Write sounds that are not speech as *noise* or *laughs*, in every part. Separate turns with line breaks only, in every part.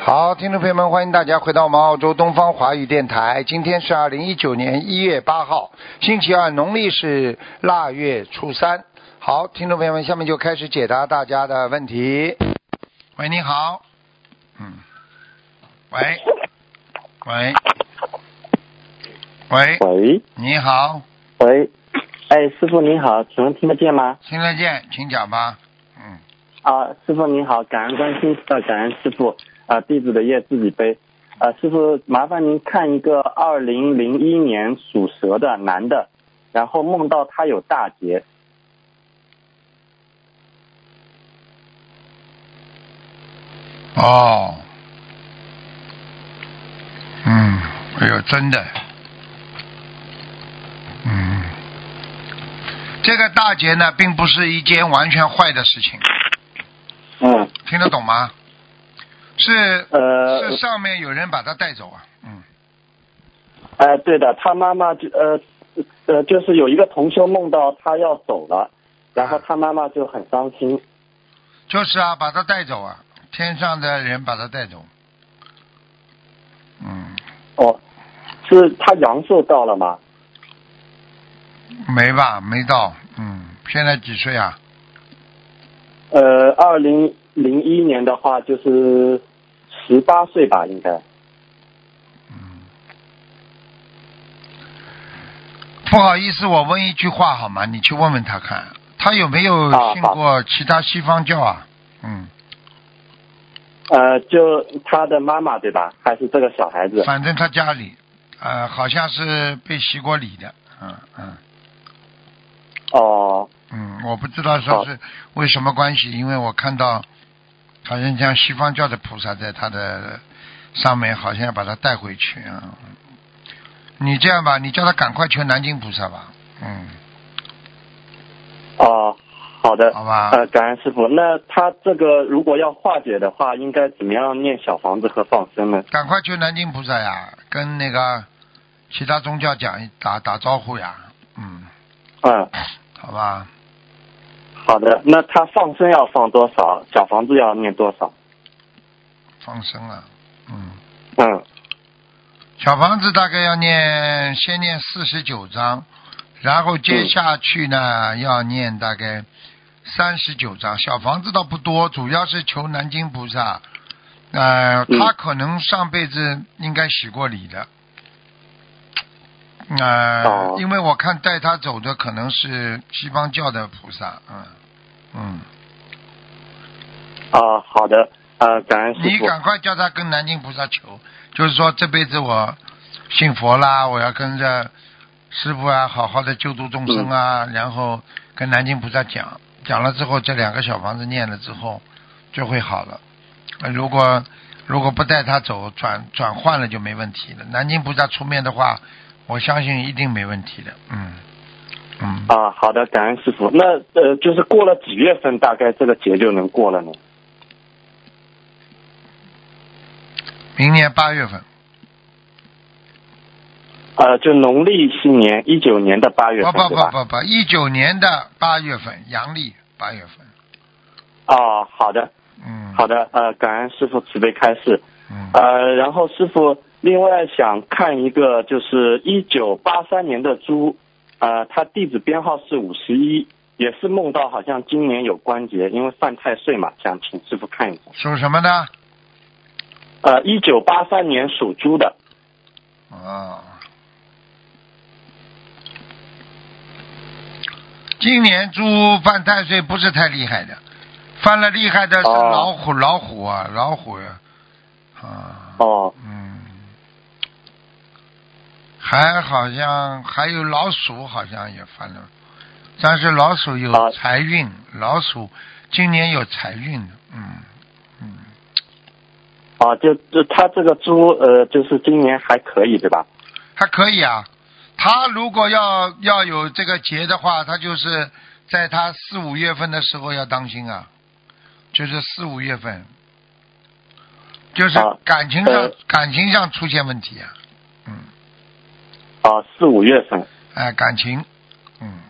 好，听众朋友们，欢迎大家回到我们澳洲东方华语电台。今天是二零一九年一月八号，星期二，农历是腊月初三。好，听众朋友们，下面就开始解答大家的问题。喂，你好。嗯。喂。喂。喂，
喂
你好，
喂，哎，师傅您好，请问听得见吗？
听得见，请讲吧。嗯，
啊，师傅您好，感恩关心，呃，感恩师傅，啊，弟子的业自己背，啊，师傅麻烦您看一个二零零一年属蛇的男的，然后梦到他有大劫，
哦，嗯，哎呦，真的，嗯，这个大劫呢，并不是一件完全坏的事情，
嗯，
听得懂吗？是、
呃
是上面有人把他带走啊，嗯，
呃，对的，他妈妈就呃呃，就是有一个同修梦到他要走了，然后他妈妈就很伤心，
就是啊，把他带走啊，天上的人把他带走，嗯，
哦，是他阳寿到了吗？
没吧，没到，嗯，现在几岁啊？
呃，二零零一年的话就是十八岁吧，应该。
不好意思，我问一句话好吗？你去问问他看，他有没有
啊
信过其他西方教啊？嗯，
呃，就他的妈妈对吧？还是这个小孩子？
反正他家里，呃，好像是被洗过礼的，嗯嗯
哦，
嗯，我不知道说是为什么关系，因为我看到好像像西方教的菩萨在他的上面，好像要把他带回去啊。嗯你这样吧，你叫他赶快求南京菩萨吧，嗯，
哦，好的。
好吧
呃，感恩师傅。那他这个如果要化解的话，应该怎么样念小房子和放生呢？
赶快求南京菩萨呀，跟那个其他宗教讲一打打招呼呀，嗯。
嗯，
好吧，
好的。那他放生要放多少？小房子要念多少？
放生了。嗯，
嗯，
小房子大概要念，先念四十九章，然后接下去
嗯
呢、要念大概三十九章。小房子倒不多，主要是求南京菩萨。呃，
嗯
他可能上辈子应该洗过礼的。呃，
哦
因为我看带他走的可能是西方教的菩萨，嗯嗯，
啊、好的。呃，感恩师
你
傅。
赶快叫他跟南京菩萨求，就是说这辈子我信佛啦，我要跟着师傅啊，好好的救度众生
嗯
啊，然后跟南京菩萨讲，讲了之后，这两个小房子念了之后就会好了。呃如果如果不带他走，转转换了就没问题了。南京菩萨出面的话，我相信一定没问题的。嗯嗯，
啊，好的，感恩师傅。那呃，就是过了几月份，大概这个节就能过了呢？
明年八月份，
呃，就农历新年一九年的八月
不不
份，
不
对吧？
不不，一九年的八月份，阳历八月份。
哦，好的，
嗯，
好的，呃，感恩师傅慈悲开示。
嗯，
呃，然后师傅另外想看一个，就是一九八三年的猪，呃，它地址编号是五十一，也是梦到好像今年有关节，因为犯太岁嘛，想请师傅看一下。
属什么呢？
呃，一九八三年属猪的，
哦，今年猪犯太岁不是太厉害的，犯了厉害的是
哦
老虎，老虎啊，老虎啊，啊，
哦，
嗯，还好像还有老鼠，好像也犯了，但是老鼠有
哦
财运，老鼠今年有财运的，嗯嗯，
啊，就就它这个猪，呃，就是今年还可以，对吧？
还可以啊。他如果要要有这个劫的话，他就是在他四五月份的时候要当心啊，就是四五月份，就是
啊
感情上、
呃
感情上出现问题啊，嗯，
啊，四五月份。
哎，感情，嗯，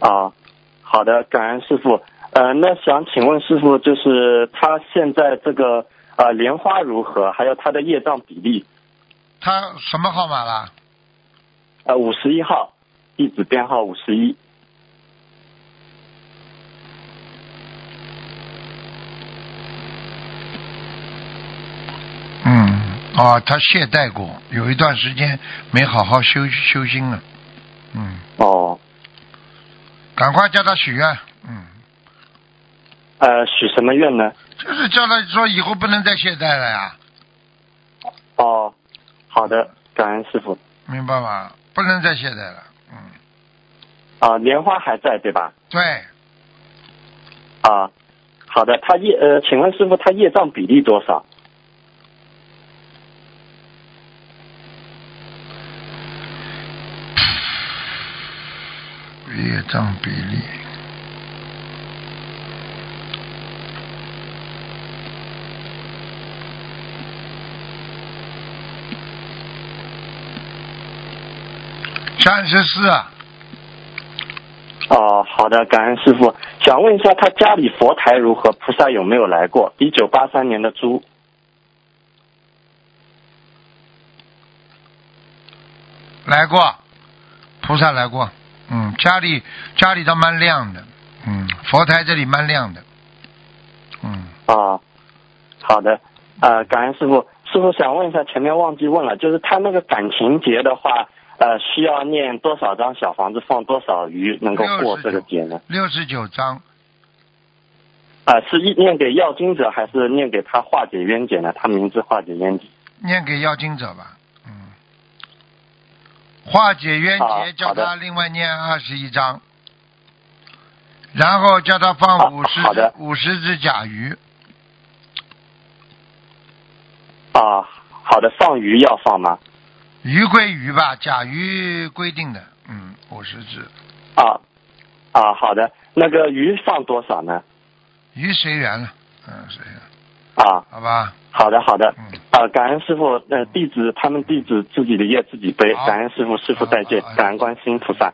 啊，好的，感恩师傅。呃，那想请问师傅，就是他现在这个呃莲花如何，还有他的业障比例。
他什么号码啦？
呃，五十一号，地址编号五十一。
嗯，哦，他懈怠过，有一段时间没好好修修心了。嗯，
哦，
赶快叫他许愿。嗯，
呃，许什么愿呢？
就是叫他说以后不能再懈怠了呀，
哦，好的，感恩师傅。
明白吗？不能再懈怠了。嗯，
啊、莲花还在对吧？
对，
啊，好的，他业呃，请问师傅他业障比例多少？
业障比例。三十四啊，
哦，好的，感恩师傅。想问一下他家里佛台如何？菩萨有没有来过？一九八三年的猪。
来过，菩萨来过，嗯，家里家里倒蛮亮的，嗯，佛台这里蛮亮的，嗯，
啊，好的，呃，感恩师傅。师傅想问一下，前面忘记问了，就是他那个感情节的话，呃，需要念多少张小房子，放多少鱼能够过这个节呢？
六十九章，
啊、是一念给要经者，还是念给他化解冤结呢？他名字化解冤结。
念给要经者吧，嗯，化解冤
好
结，叫
好的
他另外念二十一章，然后叫他
啊
放五十
好的
五十只甲鱼，
啊，好的，放鱼要放吗？
鱼归鱼吧，甲鱼规定的，嗯，五十只，
啊，啊，好的，那个鱼放多少呢？
鱼随缘了，嗯，随缘，
啊，
好吧，
好的，好的，
嗯，
啊，感恩师傅，呃，弟子他们弟子自己的业自己背，
好
感恩师傅，师傅再见
好好好，
感恩观世音菩萨。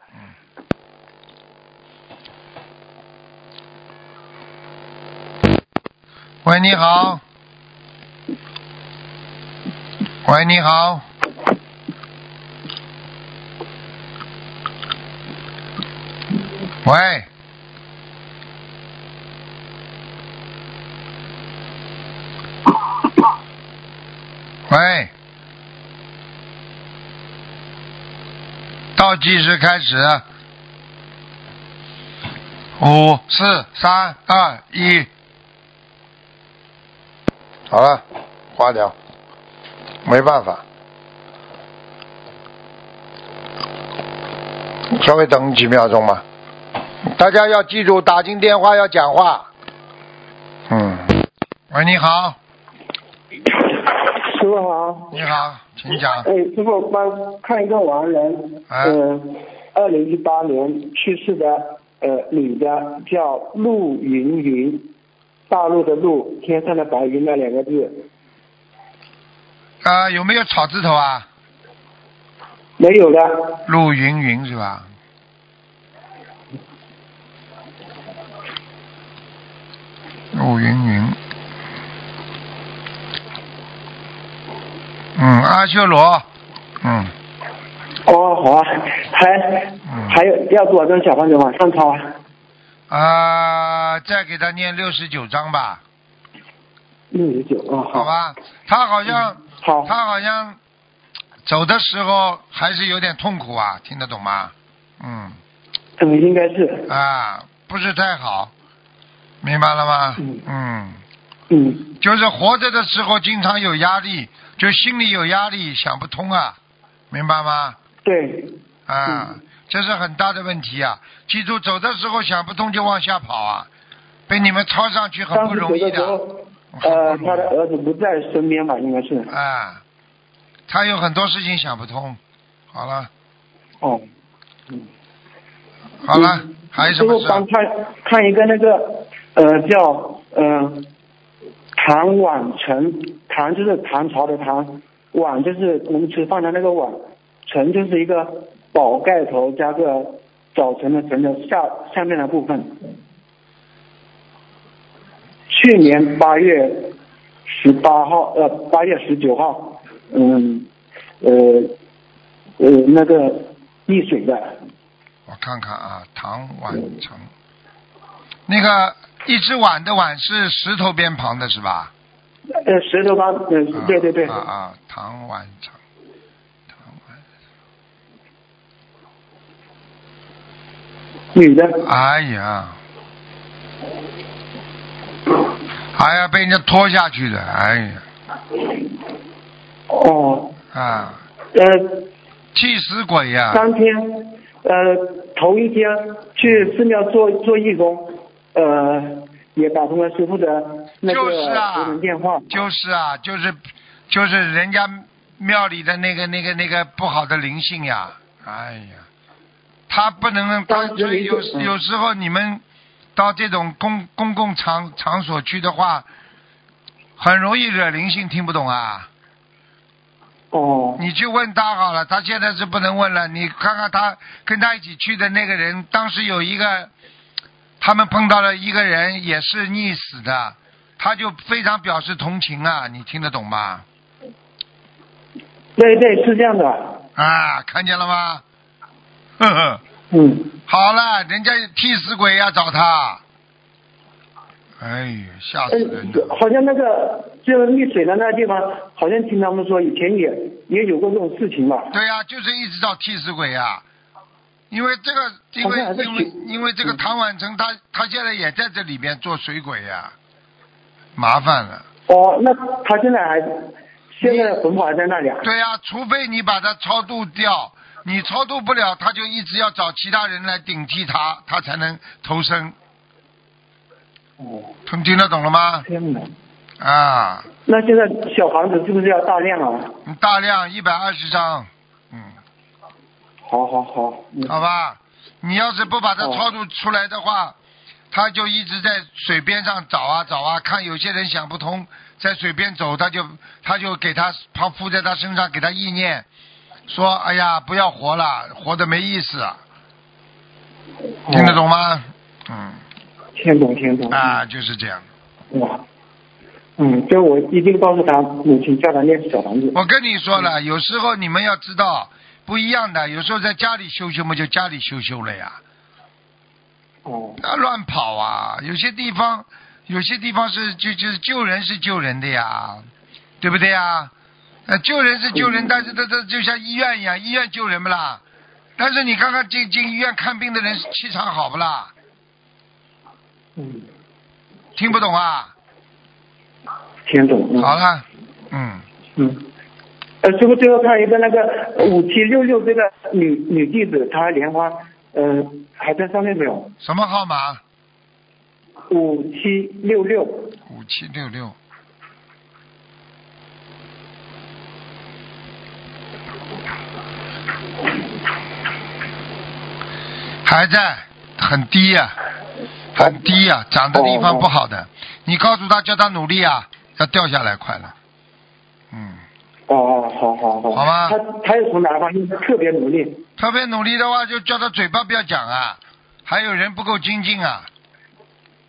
喂，你好，喂，你好，喂，喂，倒计时开始，五、四、三、二、一。好了，花掉，没办法，稍微等几秒钟吧。大家要记住，打进电话要讲话。嗯，喂，你好，
师傅好，
你好，请讲。
哎，师傅帮看一个亡人，
哎
嗯、呃，二零一八年去世的呃女的叫陆云云，大陆的陆，天上的白云那两个字，
啊、有没有草字头啊？
没有的，
陆云云是吧？陆云云，嗯，阿修罗，嗯，
哦，好啊，还
嗯
还有要多少张小房子往上抄啊？
啊、再给他念六十九章吧，
六十九啊，
好，吧？他好像，
好，
他好像走的时候还是有点痛苦啊，听得懂吗？嗯，
嗯，应该是，
啊，不是太好，明白了吗？
嗯
嗯
嗯，
就是活着的时候经常有压力，就心里有压力，想不通啊，明白吗？
对，
啊，
嗯
这是很大的问题啊！记住，走的时候想不通就往下跑啊，被你们抄上去很
当
不
时
容
走
易
的时
的。
候，
很
呃，
不
他的
容
儿子不在身边吧，应该是
易，啊，他有很多事情想不通。好了，
哦。
好了
嗯，
还有什么
师
事
傅
啊
帮？看看一个那个呃叫呃唐宛成，唐就是唐朝的唐，宛就是我们吃饭的那个碗，成就是一个宝盖头加个早晨的晨的下下面的部分。去年八月十八号，呃，八月十九号，嗯，呃，呃，那个丽水的，
我看看啊，唐婉成，那个一只碗的碗是石头边旁的是吧？
呃，石头帮，呃
啊，
对对对，
啊啊，唐婉成，唐婉，
女的，
哎呀，哎呀，被人家拖下去的，哎呀，
哦，
啊，
呃，
替死鬼呀、
当天，呃，头一天
嗯
去寺庙做做义工，呃，也打通了师傅的那个
就是啊
私人电话，
就是啊，就是就是人家庙里的那个那个那个不好的灵性呀，哎呀，他不能
当时
干脆
灵
有
性嗯
有时候你们到这种公公共场场所去的话，很容易惹灵性，听不懂啊？
哦，
你去问他好了，他现在是不能问了。你看看他跟他一起去的那个人，当时有一个，他们碰到了一个人也是溺死的，他就非常表示同情啊，你听得懂吗？
对对，是这样的，
啊，看见了吗？ *laughs* 呵呵，
嗯，
好了，人家替死鬼要找他。哎呦，吓死人
呃，
了！
好像那个就是溺水的那个地方，好像听他们说以前也也有过这种事情吧？ *laughs*
对呀、就是一直找替死鬼呀、因为这个，因为
好像还是
因为
挺
因为这个唐婉成他他现在也在这里边做水鬼呀、麻烦了。
哦，那他现在还现在的魂魄还在那里啊？
对呀、除非你把他超度掉，你超度不了，他就一直要找其他人来顶替他，他才能投生。
哦，
听听得懂了吗？
天哪！
啊，
那现在小房子是不是要大量啊？
你大量一百二十张，嗯，
好好好， *laughs* 嗯
好吧，你要是不把它
哦
超度出来的话，他就一直在水边上找啊找啊，看有些人想不通，在水边走，他就他就给他他附在他身上，给他意念，说哎呀不要活了，活的没意思，啊听得
哦？
懂吗？嗯，
听懂听懂。
啊就是这样。
哇，嗯，这我一定告诉他母亲叫他念小房子。
我跟你说
嗯
了，有时候你们要知道不一样的，有时候在家里修修嘛，就家里修修了呀。
哦，
那乱跑啊！有些地方，有些地方是就就是救人是救人的呀，对不对呀？呃，救人是救人，
嗯
但是他他就像医院一样，医院救人不啦？但是你看看进进医院看病的人气场好不啦？
嗯，
听不懂啊？
听懂。嗯、
好了，嗯，
嗯，呃，师傅最后看一个那个五七六六这个女女弟子，她莲花，呃，还在上面没有？
什么号码？
五七六六，
五七六六。还在很低呀、很低呀、长的地方不好的。你告诉他，叫他努力啊，要掉下来快了。嗯，
哦哦，好好好，
好吧
她她又从哪方面？她特别努力。
特别努力的话，就叫他嘴巴不要讲啊。还有人不够精进啊。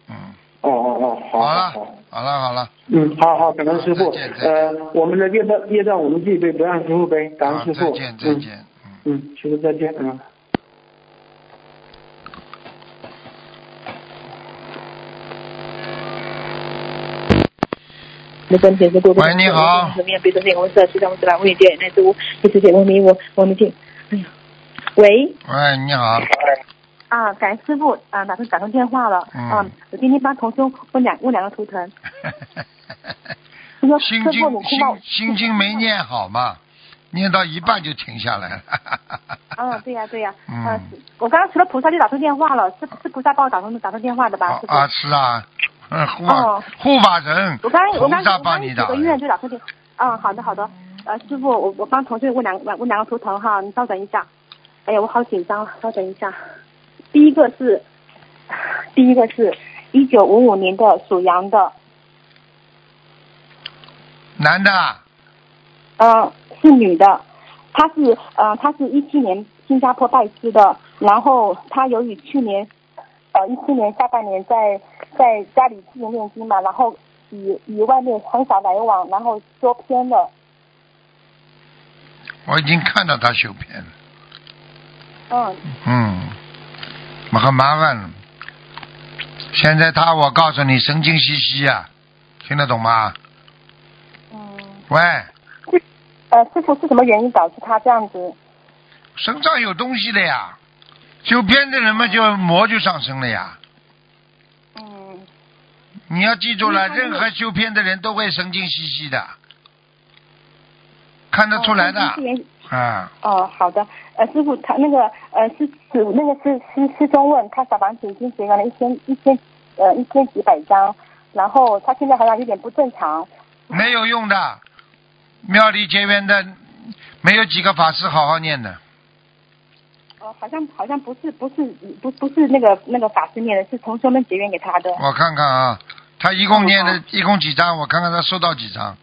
嗯，
哦哦哦，好
好了
好好，，
好了，好了，
嗯，好好，感恩师傅
再见再。见
呃，我们的业障业障我们自己背，不让师傅背，感
好，
恩师
再
傅。
见，再见。嗯。
嗯。嗯，师傅再见，嗯。
那跟别人过
喂你好
面别的面，我在西藏，我在问一点，那是我一直在问你，我我们进。哎呀，喂
喂，你好。
啊，感谢师傅啊，打通打通电话了。
嗯
啊，我今天帮同修问两问两个图腾，师 *laughs* 傅师
心
傅你
经
听到
心心经没念好嘛，念到一半就停下
*laughs*
来了。
嗯，对呀、对呀、
嗯
啊是我刚刚除了菩萨就打通电话了，是是菩萨帮我打通打通电话的吧？
好
师
*laughs* 啊，是
傅。
啊，嗯，护法
哦
护法神，
我刚我
菩
刚
萨
我
帮
刚
你
许
打
个
的。
愿就打通电。嗯，好的好的。呃，师傅，我我帮同学问两个问两个图腾哈，你稍等一下。哎呀，我好紧张啊，稍等一下。第一个是，第一个是一九五五年的属羊的，
男的啊，
呃，是女的，她是呃，她是一七年新加坡拜师的，然后她由于去年，呃，一七年下半年在在家里自己念经嘛，然后以以外面很少来往，然后修偏了。
我已经看到他修片了，
嗯，
嗯，很麻烦了。现在他，我告诉你，神经兮兮呀、听得懂吗？
嗯，
喂，
呃，师傅是什么原因导致他这样子？
身上有东西的呀，修偏的人嘛，就魔就上升了呀。
嗯，
你要记住了，
因为他那
任
个
何修偏的人都会神经兮兮的，看得出来的
哦神经兮
啊。
哦，好的，呃，师傅他那个呃是是那个是师师兄问他小房子已经结缘了一千一千呃一千几百张，然后他现在好像有点不正常。
没有用的。庙里结缘的，没有几个法师好好念的。
哦，好像好像不是不是不不是那个那个法师念的，是同学们结缘给他的。
我看看啊，他一共念
嗯
的，一共几张？我看看他收到几张。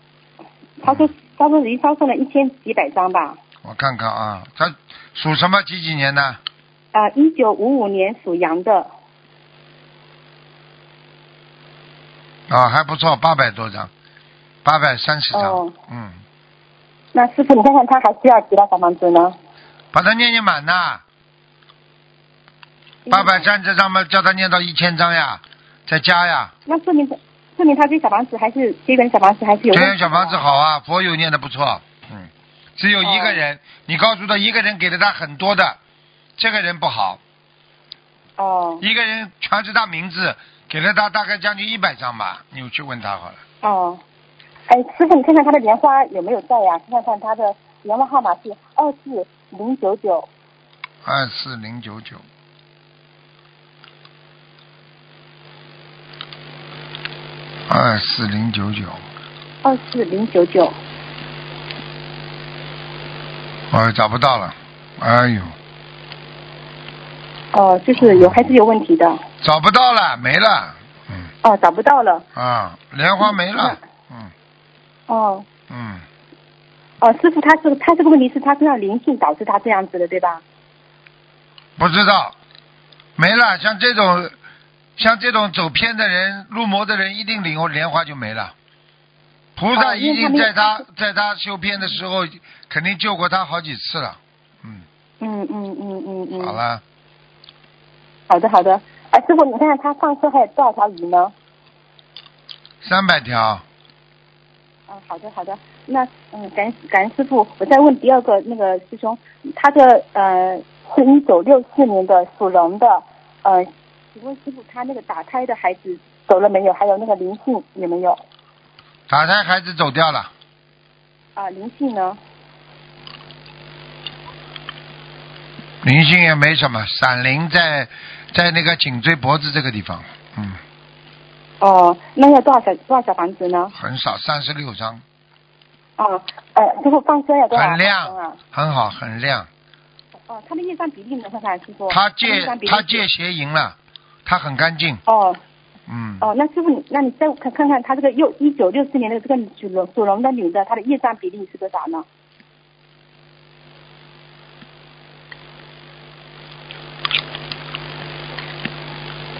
他说他说已经烧送了一千几百张吧。
我看看啊，他属什么？几几年的？
啊，一九五五年属羊的，
啊，还不错，八百多张，八百三十张。
哦
嗯，
那师傅你看看他还需要几套小房子呢？
把它念念满呐，八百。三十张嘛，叫他念到一千张呀，再加呀。
那说明说明他这小房子还是这边小房子还是有
这
问题
样
的。哦
小房子好啊，佛友念的不错，嗯，只有一个人，你告诉他一个人给了他很多的，这个人不好，
哦
一个人全是他名字，给了他大概将近一百张吧，你去问他好了。
哦，哎，师傅你看看他的莲花有没有在呀、看看他的莲花号码是二四零九九。
二四零九九。二四零九九，
二四零九九，
我找不到了，哎呦，
哦，就是有还是有问题的，
找不到了，没了，嗯
哦，找不到了，
啊，莲花没了，
*laughs*
嗯
哦，
嗯，
哦，师傅他这个他这个问题是他身上灵性导致他这样子的，对吧？
不知道，没了，像这种，像这种走偏的人、入魔的人，一定莲花莲花就没了。菩萨
哦因
一
为他
定
没有
在他在他修偏的时候，肯定救过他好几次了，嗯，
嗯嗯嗯嗯嗯，
好了。
好的好的，哎，师傅你看看他上车还有多少条鱼呢？
三百条，
嗯，好的好的，那嗯，感恩感恩师傅，我再问第二个那个师兄，他的呃是一九六四年的属龙的，呃，请问师傅他那个打胎的孩子走了没有？还有那个灵性有没有？
打胎孩子走掉了，
啊、灵性呢？
灵性也没什么，闪灵在在那个颈椎脖子这个地方，嗯，
哦，那要多少小多少小房子呢？
很少，三十六张，
哦，呃，师傅放生要多少
很
张
亮
啊？，
很好，很亮。
哦，他的业障比例呢？看看师傅。
他
的
戒
业障比例
他戒。邪淫了，他很干净，
哦
嗯，
哦，那师傅你，那你再看看看他这个又一九六四年的这个属龙属龙的女的，她的业障比例是多少呢？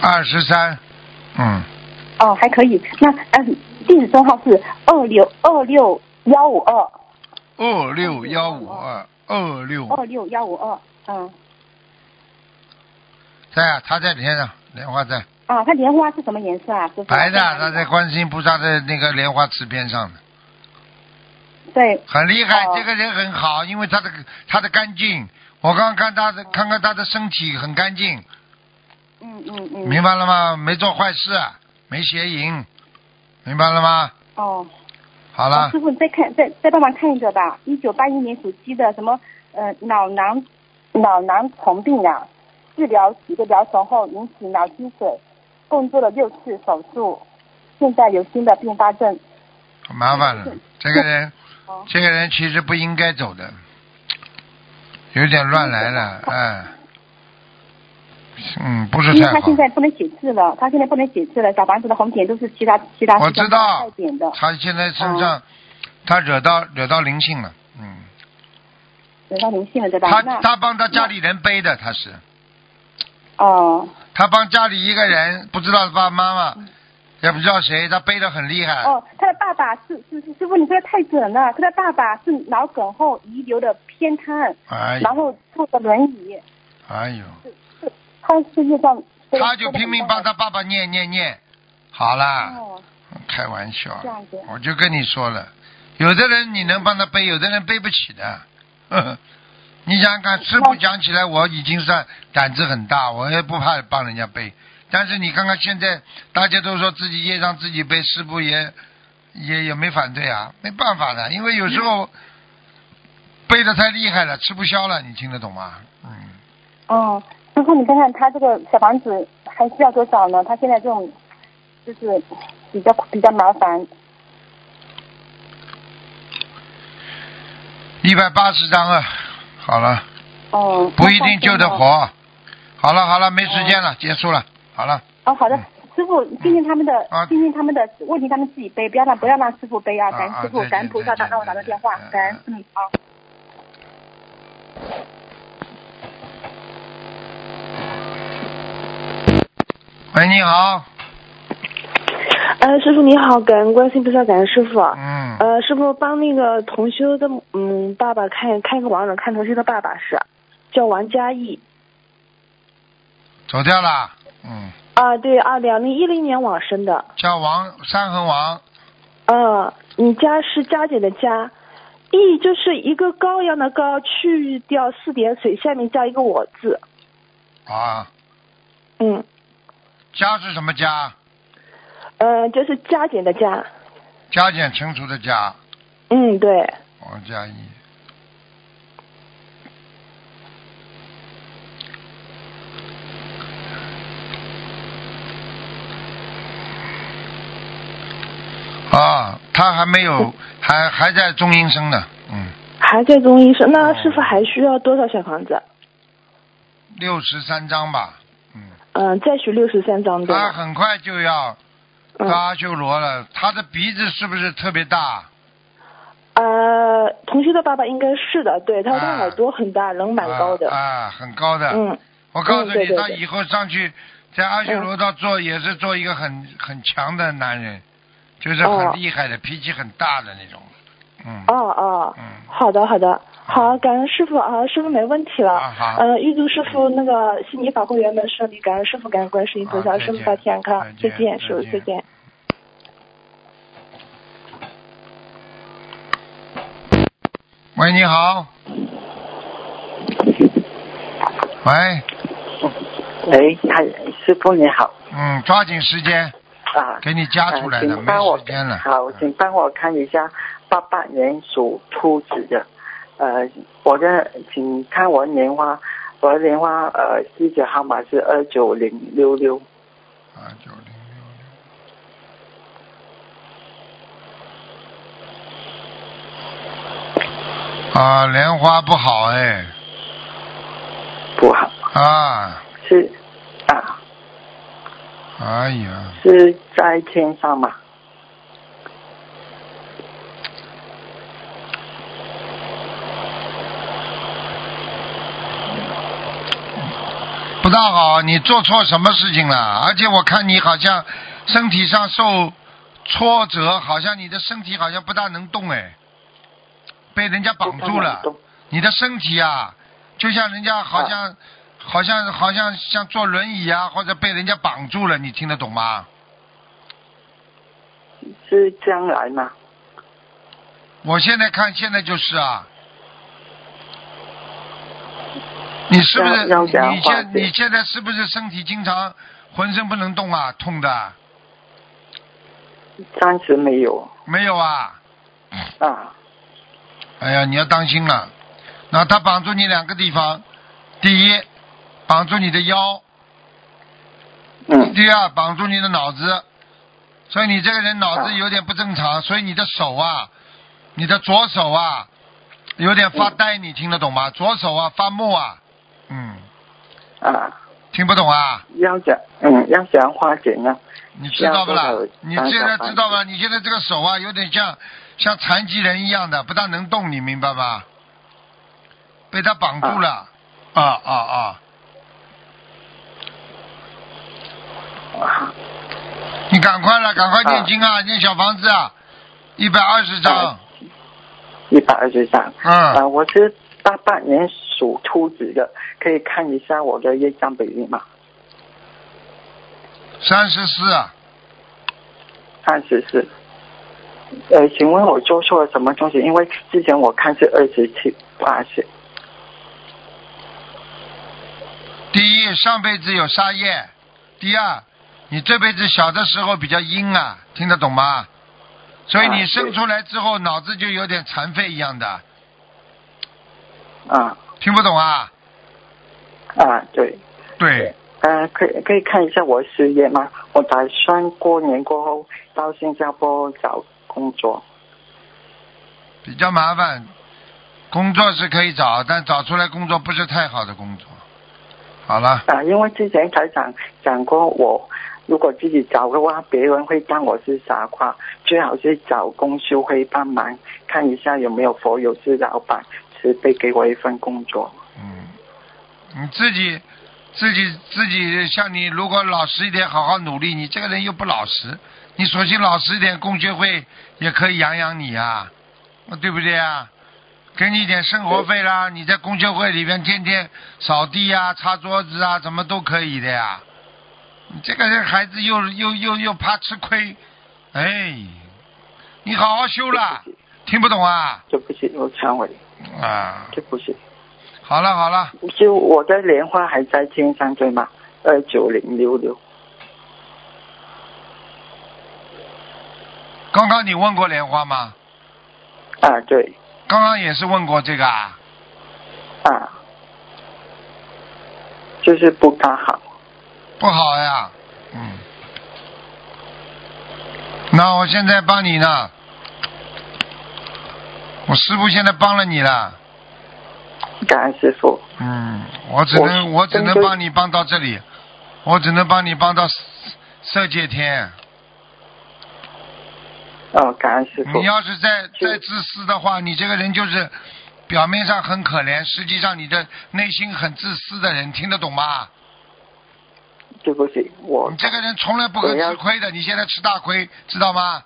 二十三，嗯，
哦，还可以。那呃，地址编号是二六二六幺五二
二六幺五哦二二
二
六，
六幺五二。嗯，
在啊，他在天上，莲花在
啊，它莲花是什么颜色啊？师傅。
白的，他
在
在观世音菩萨的那个莲花池边上的，
对，
很厉害，
哦
这个人很好，因为他的他的干净，我刚刚看他的看看他的身体很干净，
嗯嗯嗯。
明白了吗？没做坏事，啊没邪淫，明白了吗？
哦。
好 *laughs*
哦
了
师，傅，你再看，再再帮忙看一个吧。一九八一年属鸡的什么呃脑囊脑囊虫病啊，治疗几个疗程后引起脑积水，共做了六次手术，现在有新的并发症。
麻烦了，这个人，
哦，
这个人其实不应该走的，有点乱来了，哎，嗯，不是
因为
太
他
好
现。在不能写字了，他现在不能写字了，小房子的红点都是其他其他
我
地方
知道
带点的，嗯
他现在身上，他惹到惹到灵性了，嗯，
惹到灵性了对吧？
他
那
他帮他家里人背的，他是。
哦
他帮家里一个人不知道爸爸妈妈也不知道谁，他背得很厉害。
嗯哦，他的爸爸是是是，师傅你这个太准了，他的爸爸是脑梗后遗留的偏瘫，
哎
然
呦，
后坐着轮椅，
哎呦，
是他世界上
他就拼命帮他爸爸念念念，好啦，
哦，
开玩笑
这样子，
我就跟你说了，有的人你能帮他背，有的人背不起的。 *laughs* 呵呵你想想看，师傅讲起来，我已经算胆子很大，我也不怕帮人家背。但是你看看现在，大家都说自己业障自己背，师傅也也也没反对啊，没办法的，因为有时候背的太厉害了，吃不消了，你听得懂吗？嗯，
哦，师傅你看看他这个小房子还需要多少呢？他现在这种就是比较比较麻烦，
一百八十张啊，好了，
哦，
不一定救得
活。
活。好了好了，没时间了，结束了，好了。
哦，好的
嗯，
师傅，听听他们的
啊，
听听他们的，问题他们自己背，不要让不要让师傅背啊！
啊
感恩师
啊
傅
对，
感恩
对
菩萨，
对
打让我打
对
个
对
电话
嗯嗯，
感恩，嗯，好。
喂，你好。
呃，师傅你好，感恩观世音菩萨，感恩师傅。
嗯，
呃，师傅帮那个同修的嗯爸爸看看一个亡人，看同修的爸爸是叫王嘉义
走掉了。嗯，
啊，对啊，两零一零年往生的。
叫王三横王，
呃，你家是加减的加，义就是一个羔羊的羔，去掉四点水，下面加一个我字。
啊，
嗯，
家是什么家？
呃，就是加减的加。
加减乘除的加，
嗯，对，
王加一。啊，他还没有，还还在中阴身呢，嗯，
还在中医生。那师傅还需要多少小房子？
六十三章吧，嗯，
嗯、再许六十三张对
他
吧？
很快就要
嗯。
到阿修罗了，他的鼻子是不是特别大？
呃，同学的爸爸应该是的，对，他说他
啊
耳朵很大，人蛮高的。
啊，啊很高的。
嗯，
我告诉
嗯对
你，
对
他
对
以后上去在阿修罗道做也是做一个很很强的男人，就是很
哦
厉害的，脾气很大的那种。嗯。
哦哦，
嗯
好的好的，好，感恩师傅啊，师傅没问题了。
啊好
呃，预祝师傅那个悉尼法会圆满顺利，感恩师傅，感恩观世音菩
啊
萨，
再
师
见
傅法体安康
再见，
见，师傅
再见
再见。
喂，你好。喂，
喂，他师傅你好
嗯，抓紧时间
啊，
给你加出来
啊
的，
请
没
帮我
时间了。
好，请帮我看一下八八年属兔子的，呃，我的，请看我莲花，我的莲花呃，地址号码是二九零六六，
啊，九零六六。啊，莲花不好哎，
不好，
啊，
是啊，
哎呀，
是在天上嘛？
不大好，你做错什么事情了？而且我看你好像身体上受挫折，好像你的身体好像不大能动哎，被人家绑住了。你的身体啊，就像人家好像、
啊
好像好像像坐轮椅啊，或者被人家绑住了，你听得懂吗？
是将来嘛？
我现在看现在就是啊，你是不是
要要怎样
你
化
现
解
你现在是不是身体经常浑身不能动啊，痛的
暂时没有
没有啊？
啊，
哎呀，你要当心了。那他绑住你两个地方，第一，绑住你的腰；
嗯，
第二，绑住你的脑子。所以你这个人脑子
啊
有点不正常，所以你的手啊，你的左手啊，有点发呆，你听得懂吗？左手啊发木啊，嗯，
啊，
听不懂啊？
要怎嗯要怎样化解呢？
你啊知道不啦
这样多少？
你现在
多少
知道吧？你现在这个手啊，有点像像残疾人一样的，不大能动，你明白吧？被他绑住了，啊啊啊！
啊，
你你赶快了，赶快念经啊，念小房子啊，一百二十张
啊，一百二十张。
嗯，
啊，我是八八年属兔子的，可以看一下我的业障比例吗？
三十四，啊
三十四。呃，请问我做错了什么东西？因为之前我看是二十七、八十。
第一上辈子有杀业，第二你这辈子小的时候比较阴啊，听得懂吗？所以
啊
你
对
生出来之后脑子就有点残废一样的，
啊
听不懂啊？
啊，对。
对，
呃，可以可以看一下我的事业吗？我打算过年过后到新加坡找工作。
比较麻烦。工作是可以找，但找出来工作不是太好的工作。好了，
啊，因为之前台长讲过我。如果自己找的话，别人会当我是傻瓜。最好是找公司会帮忙，看一下有没有佛友是老板慈悲给我一份工作。
嗯，你自己自己自己，像你如果老实一点，好好努力，你这个人又不老实，你索性老实一点，工学会也可以养养你啊，对不对啊？给你一点生活费啦，你在工学会里边天天扫地啊、擦桌子啊，怎么都可以的呀。你这个人孩子又又又又怕吃亏，哎，你好好修啦，听不懂啊？
对不起，我忏悔，
啊，
对不起。
好了好了，
就我的莲花还在天上对吗？二九零六六
刚刚你问过莲花吗？
啊，对
刚刚也是问过这个啊，
啊，就是不大好。
不好呀，嗯。那我现在帮你呢，我师傅现在帮了你了，
感恩师傅
嗯，我只能
我
我只能
针对
帮你帮到这里，我只能帮你帮到色色界天。
哦，感恩师傅
你要是再
就
再自私的话，你这个人就是表面上很可怜，实际上你的内心很自私的人，听得懂吗？
对不起，我
你这个人从来不会吃亏的，你现在吃大亏，知道吗？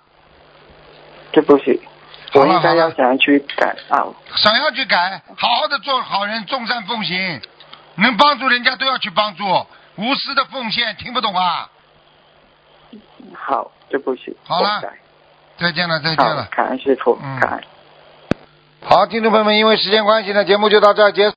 对不起，
好
我
了
应该
好
要
了
怎样去改啊？
想要去改，好好的做好人，众善奉行，能帮助人家都要去帮助，无私的奉献，听不懂啊？
好，对不起，
好了
我改
再见了，再见
好
了，。
感恩师傅，
嗯
感恩。
好，听众朋友们，因为时间关系呢，节目就到这儿结束。